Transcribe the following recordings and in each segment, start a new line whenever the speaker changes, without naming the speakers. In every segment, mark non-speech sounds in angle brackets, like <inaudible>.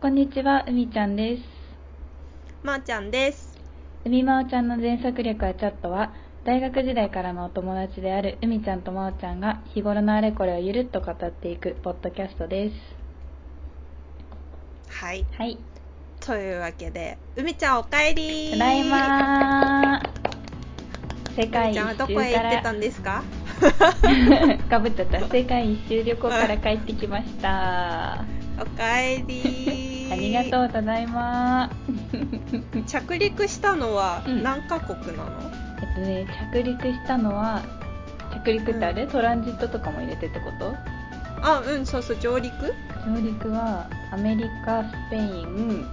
こんにちは、うみちゃんです。
まー、ちゃんです。
うみまおちゃんの全速力はチャットは、大学時代からのお友達であるうみちゃんとまおちゃんが日頃のあれこれをゆるっと語っていくポッドキャストです。
はい。
はい、
というわけで、うみちゃんおかえり
ただいまー。世
う
界一
みちゃんは
周
どこへ
か
行ってた
ら
んですか
か <laughs> ぶっちゃった世界一周旅行から帰ってきました。
おかえり
<laughs> ありがとう、ただいまー。
う。着陸したのは
うん
何カ国なの、
えっとね、着陸したのは着陸ってあれ、トランジットとかも入れてってこと
あ、うん、そうそう、上陸
上陸はアメリカスペイン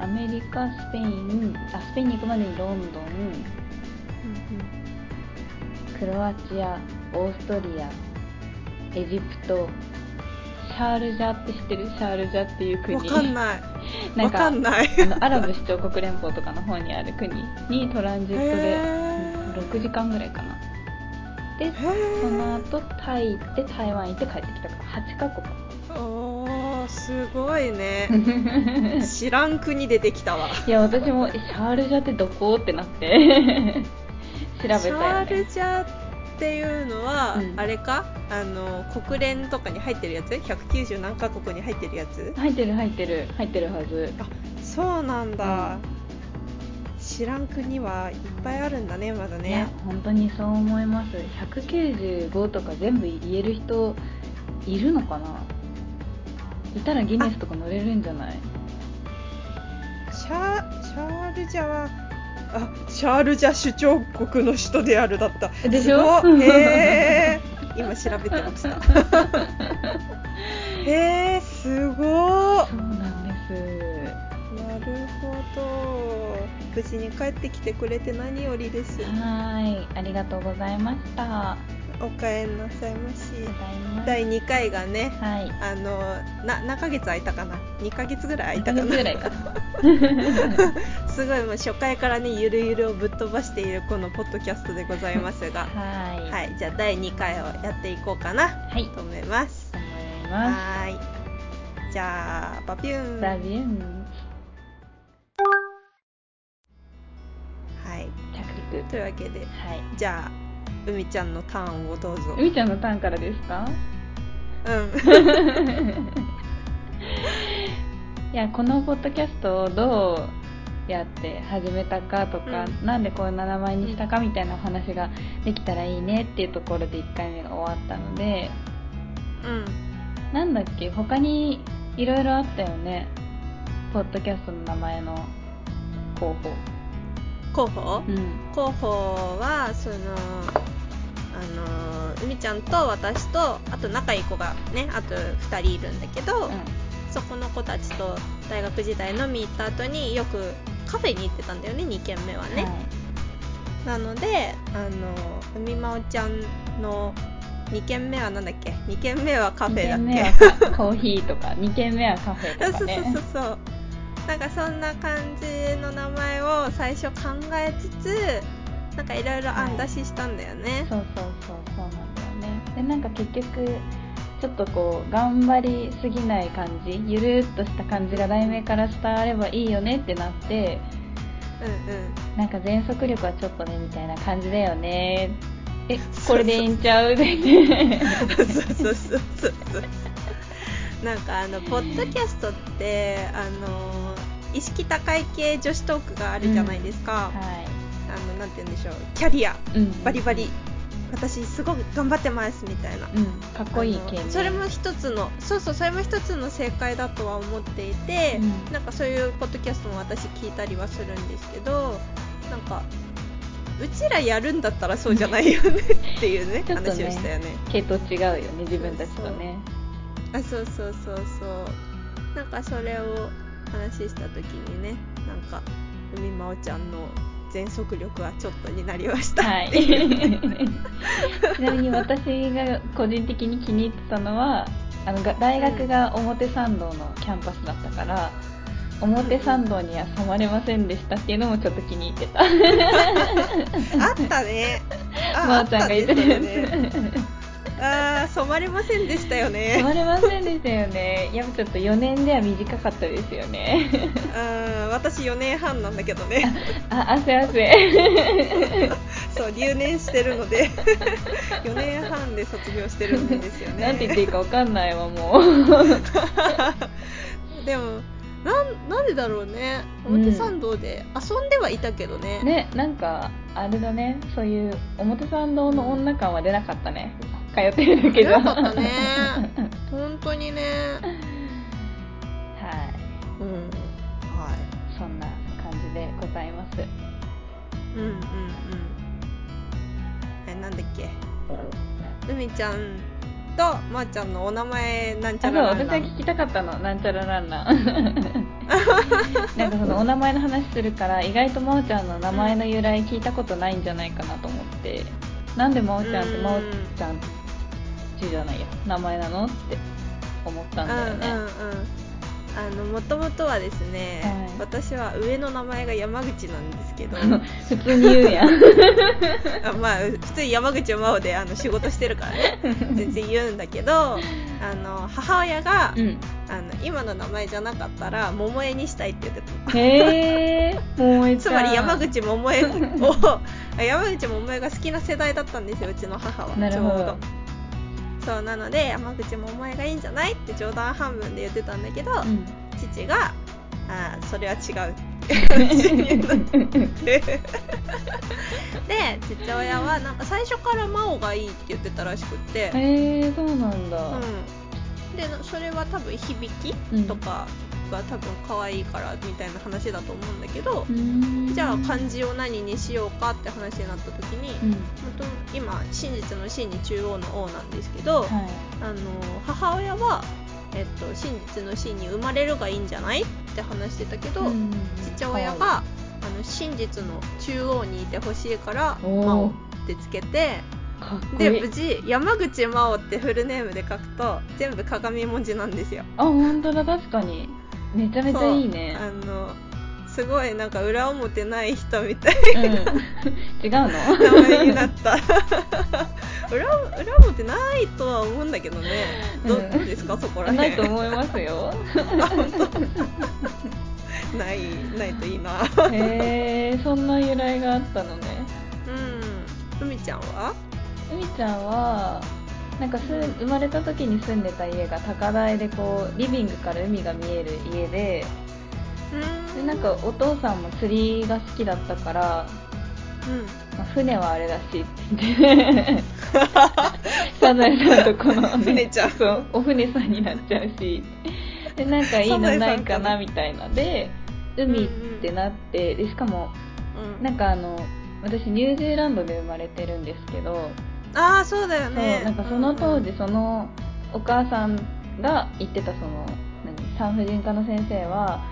アメリカスペインあスペインに行くまでにロンドンクロアチアオーストリアエジプトシャールジャって知ってるシャールジャっていう国
わかんない。
な
わ
んか
かんない。
あのアラブ首長国連邦とかの方にある国にトランジットで
へー
6時間ぐらいかなで
へー
その後タイ行って台湾行って帰ってきたから8カ国
おー、すごいね。知らん国でできたわ。
いや私もえシャールジャってどこってなって <laughs> 調べた
シ
よ
ャール
ね
ジャっていうのは、
うん
あれかあの国連とかに入ってるやつ190何カ国に入ってるやつ
入ってる入ってる入ってるはず
あそうなんだ、知らん国はいっぱいあるんだねまだ
いや
ね
本当にそう思います195とか全部言える人いるのかないたらギネスとか乗れるんじゃない
シャシャールジャはあシャールジャ首長国の首都であるだった
でしょ <laughs>
すごっへー今調べてましたへえすごっ
そうなんです
なるほど無事に帰ってきてくれて何よりです
はーいありがとうございましたあ
お帰りなさ
りがとうござ
いまし
います
第2回がね
はい
あのな何ヶ月空いたかな2ヶ月ぐらい空いたか
2
な
ぐらいかな
すごいもう初回からねゆるゆるをぶっ飛ばしているこのポッドキャストでございますが
はい
はいじゃあ第2回をやっていこうかな
はい
と思います
思い
は
ます
ーいじゃあパピューン
ダビュン
はい
着陸
というわけで
はい
じゃあ海ちゃんのターンをどうぞ
うみちゃんのターンからですか
うん
いやこのポッドキャストをどうやって始めたかとか、
う
なんでこんな名前にしたかみたいなお話ができたらいいねっていうところで1回目が終わったので
うん
なんだっけ他にいろいろあったよねポッドキャストの名前の候補
候補
うん
候補はそのあの海ちゃんと私とあと仲いい子がねあと2人いるんだけど、
う
そこの子たちと大学時代飲み行った後によくカフェに行ってたんだよね2軒目は
ん
ね、なのであの海まおちゃんの2軒目はなんだっけ2軒目はカフェだっ
2軒目
け
はカコーヒーとか2軒目はカフェ
そ
とか
う <laughs> そうそう
ね
そうそうなんかそんな感じの名前を最初考えつつなんかいろいろ案出ししたんだよね、
そうそうそうそうなんだよねでなんか結局ちょっとこう頑張りすぎない感じゆるっとした感じが題名から伝わればいいよねってなって
うんうん
なんか全速力はちょっとねみたいな感じだよねえこれでいいんちゃう <laughs> でね
そうそうそうそうなんかあのポッドキャストってあの意識高い系女子トークがあるじゃないですか、
は
あのなんて言うんでしょうキャリア
い、うん、
バリバリ私すごく頑張ってますみたいな、
うんかっこいい系
あ
ね
のそれも一つのそうそうそれも一つの正解だとは思っていて、
うん
なんかそういうポッドキャストも私聞いたりはするんですけどなんかうちらやるんだったらそうじゃないよねっていうね
ちょっとね
話をしたよね
系統違うよね自分たちとね
あそうそうそうそうなんかそれを話した時にねなんか海真央ちゃんの全速力はちょっとになりました、
はい <laughs> ちなみに私が個人的に気に入ってたのはあのが大学が表参道のキャンパスだったから、表参道には染まれませんでしたっていうのもちょっと気に入ってた
あったねあ
まーちゃんが言ってた
あ
やつ
たねそれねあー染まれませんでしたよ
染
ね
まれませんでしたよねいやっぱちょっと4年では短かったですよ <laughs> ね
うん私4年半なんだけ
<laughs>
どね
あ汗汗
そう留年してるので <laughs> 4年半で卒業してるんですよね
なんて言っていいか分かんないわもう
でもなんなんでだろうね
うん
表参道で遊んではいたけどね,、
ねなんかあれだねそういう表参道の女感は出なかったね通ってるだけじゃ
出なかったね <laughs> 本当にね
<laughs> はい
うんはい
そんな感じでございます
うんうんうんえなんだっけうみちゃんとまー、ちゃんのお名前なんち
あ
ゃ
そう
ら
私は聞きたかったのなんちゃらランナー
<laughs>
なんかそのお名前の話するから意外と真央ちゃんの名前の由来聞いたことないんじゃないかなと思ってなんで真央ちゃんって
うん
真央ちゃんちじゃないや名前なのって思ったんだよね、
うんうんうんあのもともとはですね、
はい
私は上の名前が山口なんです
<laughs>
けど
普通に言うやん
あまあ普通に山口真央であの仕事してるから
<laughs>
ね全然言うんだけどあの母親が、
うん
あの今の名前じゃなかったら桃江にしたいって言ってた
へえもえち
つ
ゃん
まり山口百恵を <laughs> 山口百恵が好きな世代だったんですようちの母は
な
ち
る
ょう
ほど
どそうなので山口百恵がいいんじゃないって冗談半分で言ってたんだけど、
うん
父が「あーそれは違
<laughs>
う」ってになってで父親はなんか最初から真央がいいって言ってたらしくって、
へえそうなんだ、
うん、でそれは多分響きとかが多分可愛いからみたいな話だと思うんだけど、
うん
じゃあ漢字を何にしようかって話になった時に、
うん
本当今真実の真に中央の王なんですけど、
はい
あの母親は、えっと、真実の真に生まれるがいいんじゃないって話してたけど、
うん
父親が、あの真実の中央にいてほしいから「
おー
真央」ってつけて
かっこ
で
い
無
い
事山口真央ってフルネームで書くと全部鏡文字なんですよ。
あ本当だ確かにめちゃめちゃいいね
そうあのすごいなんか裏表ない人みたい
うん <laughs> 違うの
<laughs> 名前になった
<laughs>
裏裏表ないとは思うんだけどねど
うん
どうですかそこら
な
辺
いと思います
<laughs>
よ
ないないといいな
へえそんな由来があったのね
うん海ちゃんは
うみちゃんはなんかす生まれた時に住んでた家が高台でこうリビングから海が見える家で
う
でなんかお父さんも釣りが好きだったから、
うん
まあ船はあれだ
<laughs>
しってサザエさんとこの、
船ちゃん
そうお船さんになっちゃうしでなんかいいのないか
サザエさんか
な
な
みたいなで
んうん
海ってなってでしかも
うん
なんかあの私ニュージーランドで生まれてるんですけど、
ああそうだよ
そう
ね
なんかその当時そのお母さんが言ってたその何産婦人科の先生は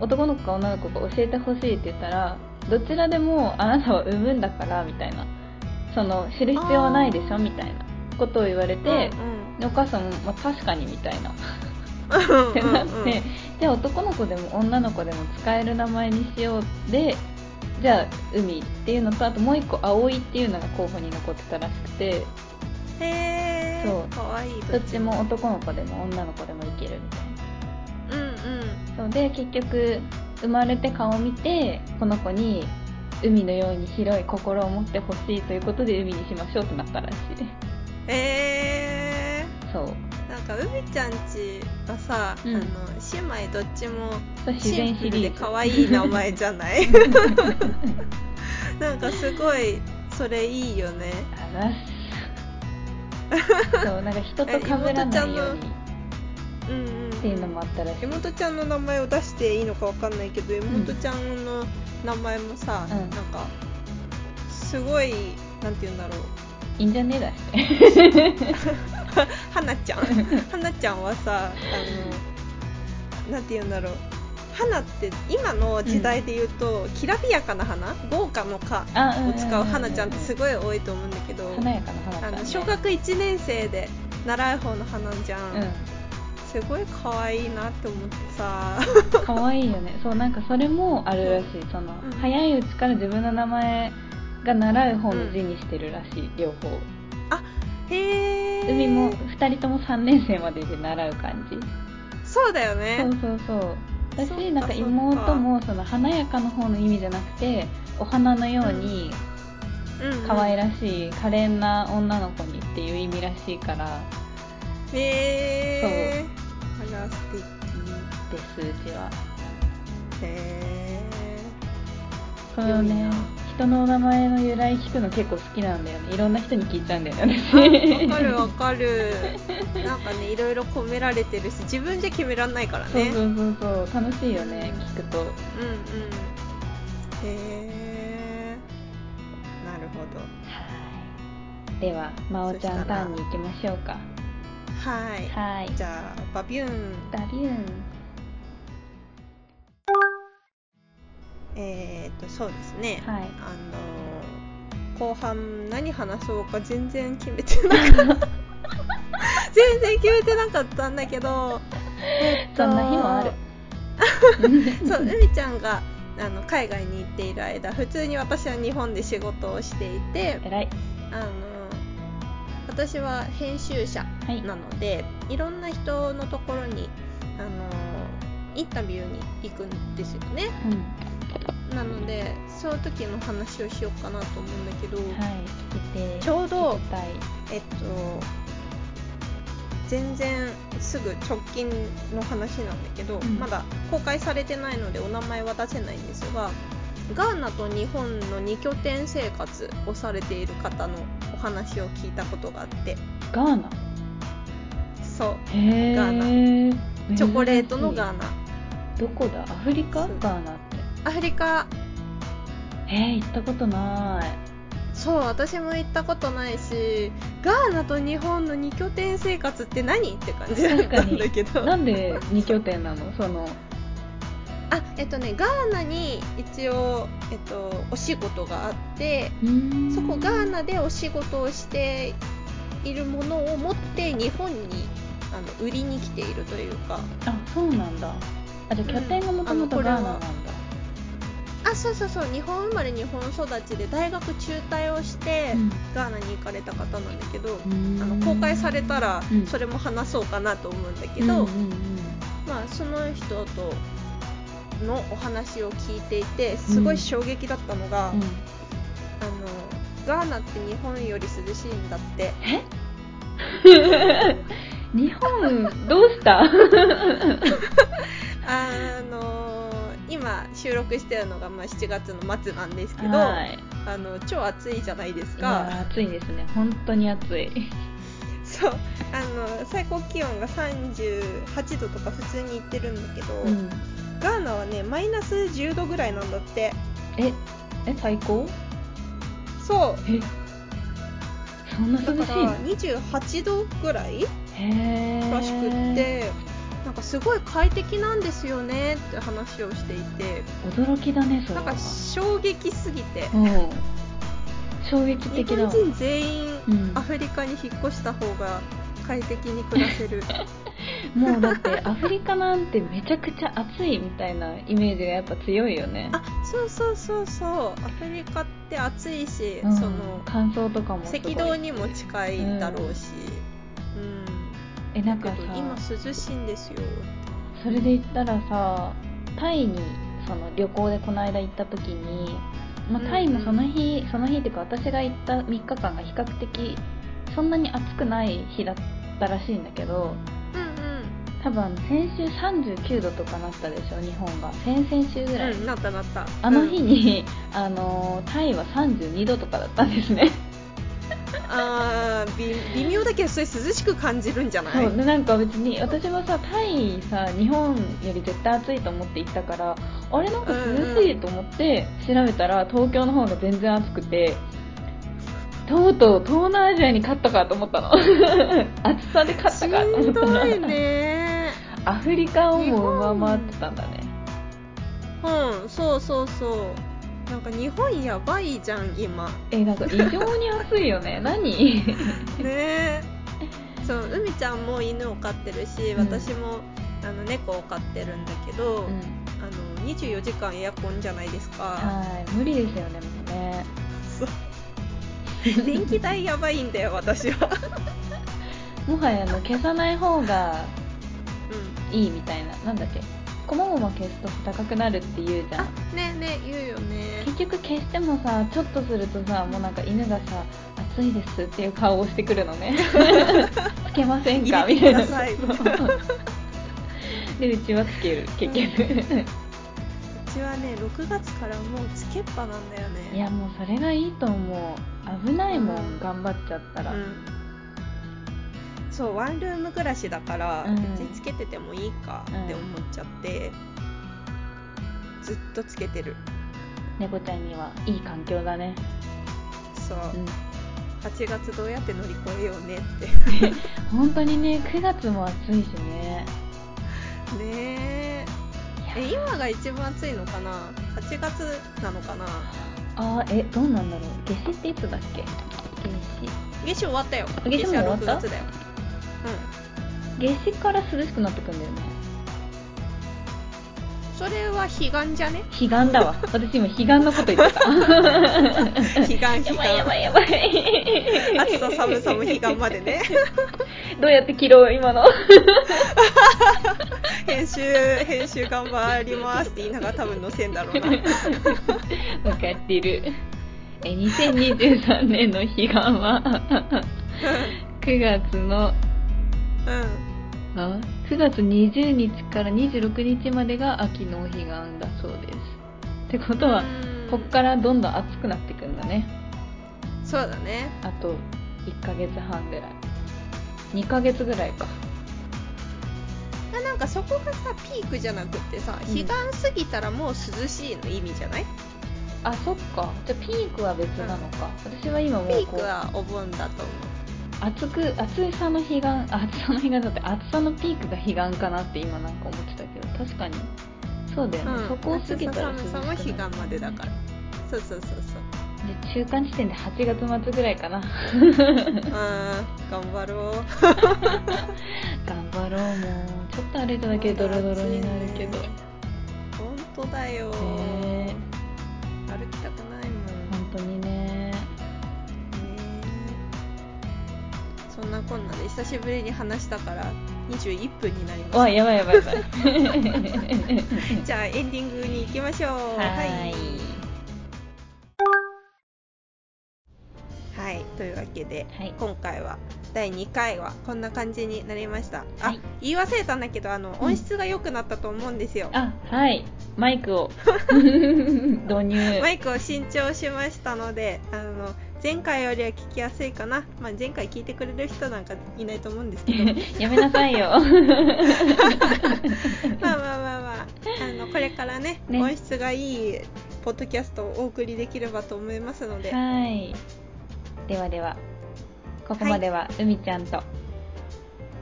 男の子か女の子か教えてほしいって言ったらどちらでもあなたは産むんだからみたいなその知る必要はないでし
あ
ょ
ー
みたいなことを言われ
う
て
んうん、
でお母さんも、まあ、確かにみたいな
うんうん
ってなって、 <laughs>
うんうん
じゃあ男の子でも女の子でも使える名前にしようでじゃあ海っていうのとあともう一個葵っていうのが候補に残ってたらしくて
へえ
そう
かわいい
どっちも男の子でも女の子でもいけるみたいな
うんうん
そうで結局生まれて顔を見てこの子に海のように広い心を持ってほしいということで海にしましょうってなったらしい
え
そう
ー、なんか海ちゃんちはさ、
うん
あの姉妹どっちも
そう自
シ
然
ンプ
シ
ル
リ
で
ーズ
可愛い名前じゃない
<laughs>
なんかすごいそれいいよね
あざっすそうなんか人と被らないように
うんうん、
っていうのもあったらしい
妹ちゃんの名前を出していいのかわかんないけど妹ちゃんの名前もさ、
うん
なんかすごいなんて言うんだろう <laughs>
いいんじゃねえだして
はなちゃんはなちゃんはさあのなんて言うんだろう花って今の時代で言うと、きらびやかな花豪華の花
あ
を使う花ちゃんってす
ご
ごい多いと思うんだけど、
華やかな花ちゃ
あ
ん、ね、
の小学1年生で習う方の花じゃん、すごい可愛いなって思ってさ
うん可愛いよねそうなんかそれもあるらしいその、
うん
早いうちから自分の名前が習う方の字にしてるらしい、両方
へえ <laughs>
海も2人とも3年生までで習う感じ
そうだよね
そうそうそうだ
そっか
しなんか妹もその華やかの方の意味じゃなくてお花のように
うんうん
可愛らしい可憐な女の子にっていう意味らしいから
へえー、あら素敵
って数字は
へ
この
よい
ね
な
人のお名前の由来聞くの結構好きなんだよねいろんな人に聞いちゃうんだよね
えわかるわ
<laughs>
かるなんかねいろいろ込められてるし自分じゃ決めらんないから
そう
ね
そうそうそう楽しいよね聞くと
うんうんへえなるほど
はいではまおちゃんターンに行きましょうか
はい
はい
じゃあバビューン
ダビューン
えー、とそうですね、
はい
あのー後半何話そうか全然決めてなかった全然決めてなかったんだけどえーっと
そんな日 <laughs> もある
そう海ちゃんがあの海外に行っている間普通に私は日本で仕事をしていて
えらい
あの私は編集者
はい
なので、い、ろんな人のところにあのインタビューに行くんですよね
うん
なのでその時の話をしようかなと思うんだけど、
はい聞いて
ちょうど
聞きたい
えっと全然すぐ直近の話なんだけど、
うん
まだ公開されてないのでお名前は出せないんですがガーナと日本の2拠点生活をされている方のお話を聞いたことがあって
ガーナ
そう
へ
ガ
ーナ
チョコレートのガーナ
どこだアフリカ
そう
ガーナって
アフリカ
えー、行ったことない
そう私も行ったことないしガーナと日本の2拠点生活って何って感じだったんだけど
なんで2拠点なのその
あえっとねガーナに一応、えっと、お仕事があってそこガーナでお仕事をしているものを持って日本にあの売りに来ているというか
あそうなんだあじゃあ拠点がもともと
うんあ
ガー
の
ナなん
これ
だ
は、あそうそうそう日本生まれ日本育ちで大学中退をして、ガーナに行かれた方なんだけど、
うん
あの公開されたら
うん
それも話そうかなと思うんだけ
うん
ど、
うんうん
まあ、その人とのお話を聞いていてすごい衝撃だったのが、
うん
あのガーナって日本より涼しいんだって
日本どうした
あの今収録してるのがまあ7月の末なん <laughs> ですけど、
はい
あの超暑いじゃないです
いや
か
暑いですね本当に暑い
そうあの最高気温が38度とか普通にいってるんだけど、
うん
ガーナはねマイナス10度ぐらいなんだって
ええ最高
そう
えそんな
だ
涼
か
しいの
ら28度ぐらい
へー
らしくって、なんかすごい快適なんですよねって話をしていて
驚きだねそれ
な
は
んか衝撃すぎて
うん衝撃
日
的だ
本
わ
人全員
うん
アフリカに引っ越した方が快適に暮らせ
<laughs>
る
もうだってアフリカなんてめちゃくちゃ暑いみたいなイメージがやっぱ強いよね
あそうそうそうそうアフリカって暑いし、
うん
その
乾燥とかもすごい
赤道にも近いだろうし、うん
えなんか
だ
さ
けど今涼しいんですよ
それで言ったらさタイにその旅行でこの間行った時に、まあ、
うん
タイもその日、その日っていうか私が行った3日間が比較的そんなに暑くない日だったらしいんだけど
うん
多分先週39度とかなったでしょ日本が先々週ぐらい、
うん、うん、なったなった
あの日
うん
に、あのータイは32度とかだったんですね。
あーび微妙だけどそれ涼しく感じるんじゃない
そうでなんか別に私はさタイさ日本より絶対暑いと思って行ったからあれなんか涼しいと思って調べたら東京の方が全然暑くてとうとう東南アジアに勝ったかと思ったの <laughs> 暑さで勝ったかと
し
思
ん
った
ど
ら
いね
アフリカをもう上回ってたんだね
うんそうそうそうなんか日本やばいじゃん今
えなんか異常に暑いよね何
ねえそう海ちゃんも犬を飼ってるし
うん
私も、あの猫を飼ってるんだけど、
うん
あの24時間エアコンじゃないですか
はい無理ですよねもうね
そう <laughs> 電気代やば
<laughs>
いんだよ私は、
もはやあの消さない方が
うん、
いいみたいななんだっけこまごま消すと高くなるって言うじゃん
あねね言うよね
結局消してもさちょっとするとさもうなんか犬がさ「暑いです」っていう顔をしてくるの
<laughs>
ね「つけませんか?」みた
入れ
い
て
な
ください
そうでうちはつける結局、
うちはね6月からもうつけっぱなんだよね
いやもうそれがいいと思う危ないもん、
うん
頑張っちゃったら、
うんそうワンルーム暮らしだから、
うん
別につけててもいいかって思っちゃって、ずっとつけてる
猫ちゃんにはいい環境だね、
そう、
うん、
8月どうやって乗り越えようねっ
<laughs> 本当にね9月も暑いしね
てねええ
いや
今が一番暑いのかな8月なのかな
あーえどうなんだろう夏至っていつだっけ
夏至終わったよ
夏至も終わった
夏は6月だよ
夏至夏至から涼しくなってくんだよね
うんそれは彼岸じ
<laughs>
ゃね
悲願だわ私今悲願のこと言ってた
彼岸彼岸
やばいやばいやばい
暑さ寒さも彼岸ま
<laughs>
でね
どうやって切ろう今の
編集編集頑張りますって言いながら多分載せんだろ
<laughs>
うな
分かってるえ2023年の悲願は9月の
う
あ9月20日から26日までが秋のお彼岸だそうですってことは
ん
こっからどんどん暑くなってくんだね
そうだね
あと1ヶ月半ぐらい2ヶ月ぐらいか
でなんかそこがさピークじゃなくってさ
ん
彼岸過ぎたらもう涼しいの意味じゃない、
あそっかじゃあピークは別なのか、私は今も
ピ
う
ー
こ
ク
う
はお盆だと思
暑く暑さの彼岸 <laughs> あ暑さの彼岸だって暑さのピークが彼岸かなって今なんか思ってたけど確かにそうだよね、
う、うん、
そこを過ぎたら涼
暑
しく
さ
な
寒さは
る
彼岸までだからそうそうそうそ
で中間地点で8月末ぐらいかな
う
<laughs>
うん頑張ろう
頑張ろうもうちょっと歩いただけでドロドロになるけど
まだ暑いね本当だよ、
ね
歩きたくないもんね
本当にね
そんなこんなで久しぶりに話したから21分になりました
わやばいやばいやばいは
じゃあエンディングに行きましょう。
ーい
はい。はいというわけで、
はい
今回は第2回はこんな感じになりました。あ、
はい
言い忘れたんだけどあの
ん
音質が良くなったと思うんですよ。
あはいマイク
<laughs>
を導入
マイクを新調しましたので、あの前回よりは聞きやすいかな。まあ前回聞いてくれる人なんかいないと思うんですけど、
<laughs> やめなさいよ
まあまあまあまあ、あのこれからね
ね
音質がいいポッドキャストをお送りできればと思いますので、
はい。ではでは、ここまでは海ちゃんと、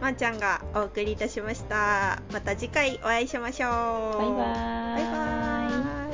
まんちゃんがお送りいたしました。また次回お会いしましょう。
バイバーイ。
バイバーイ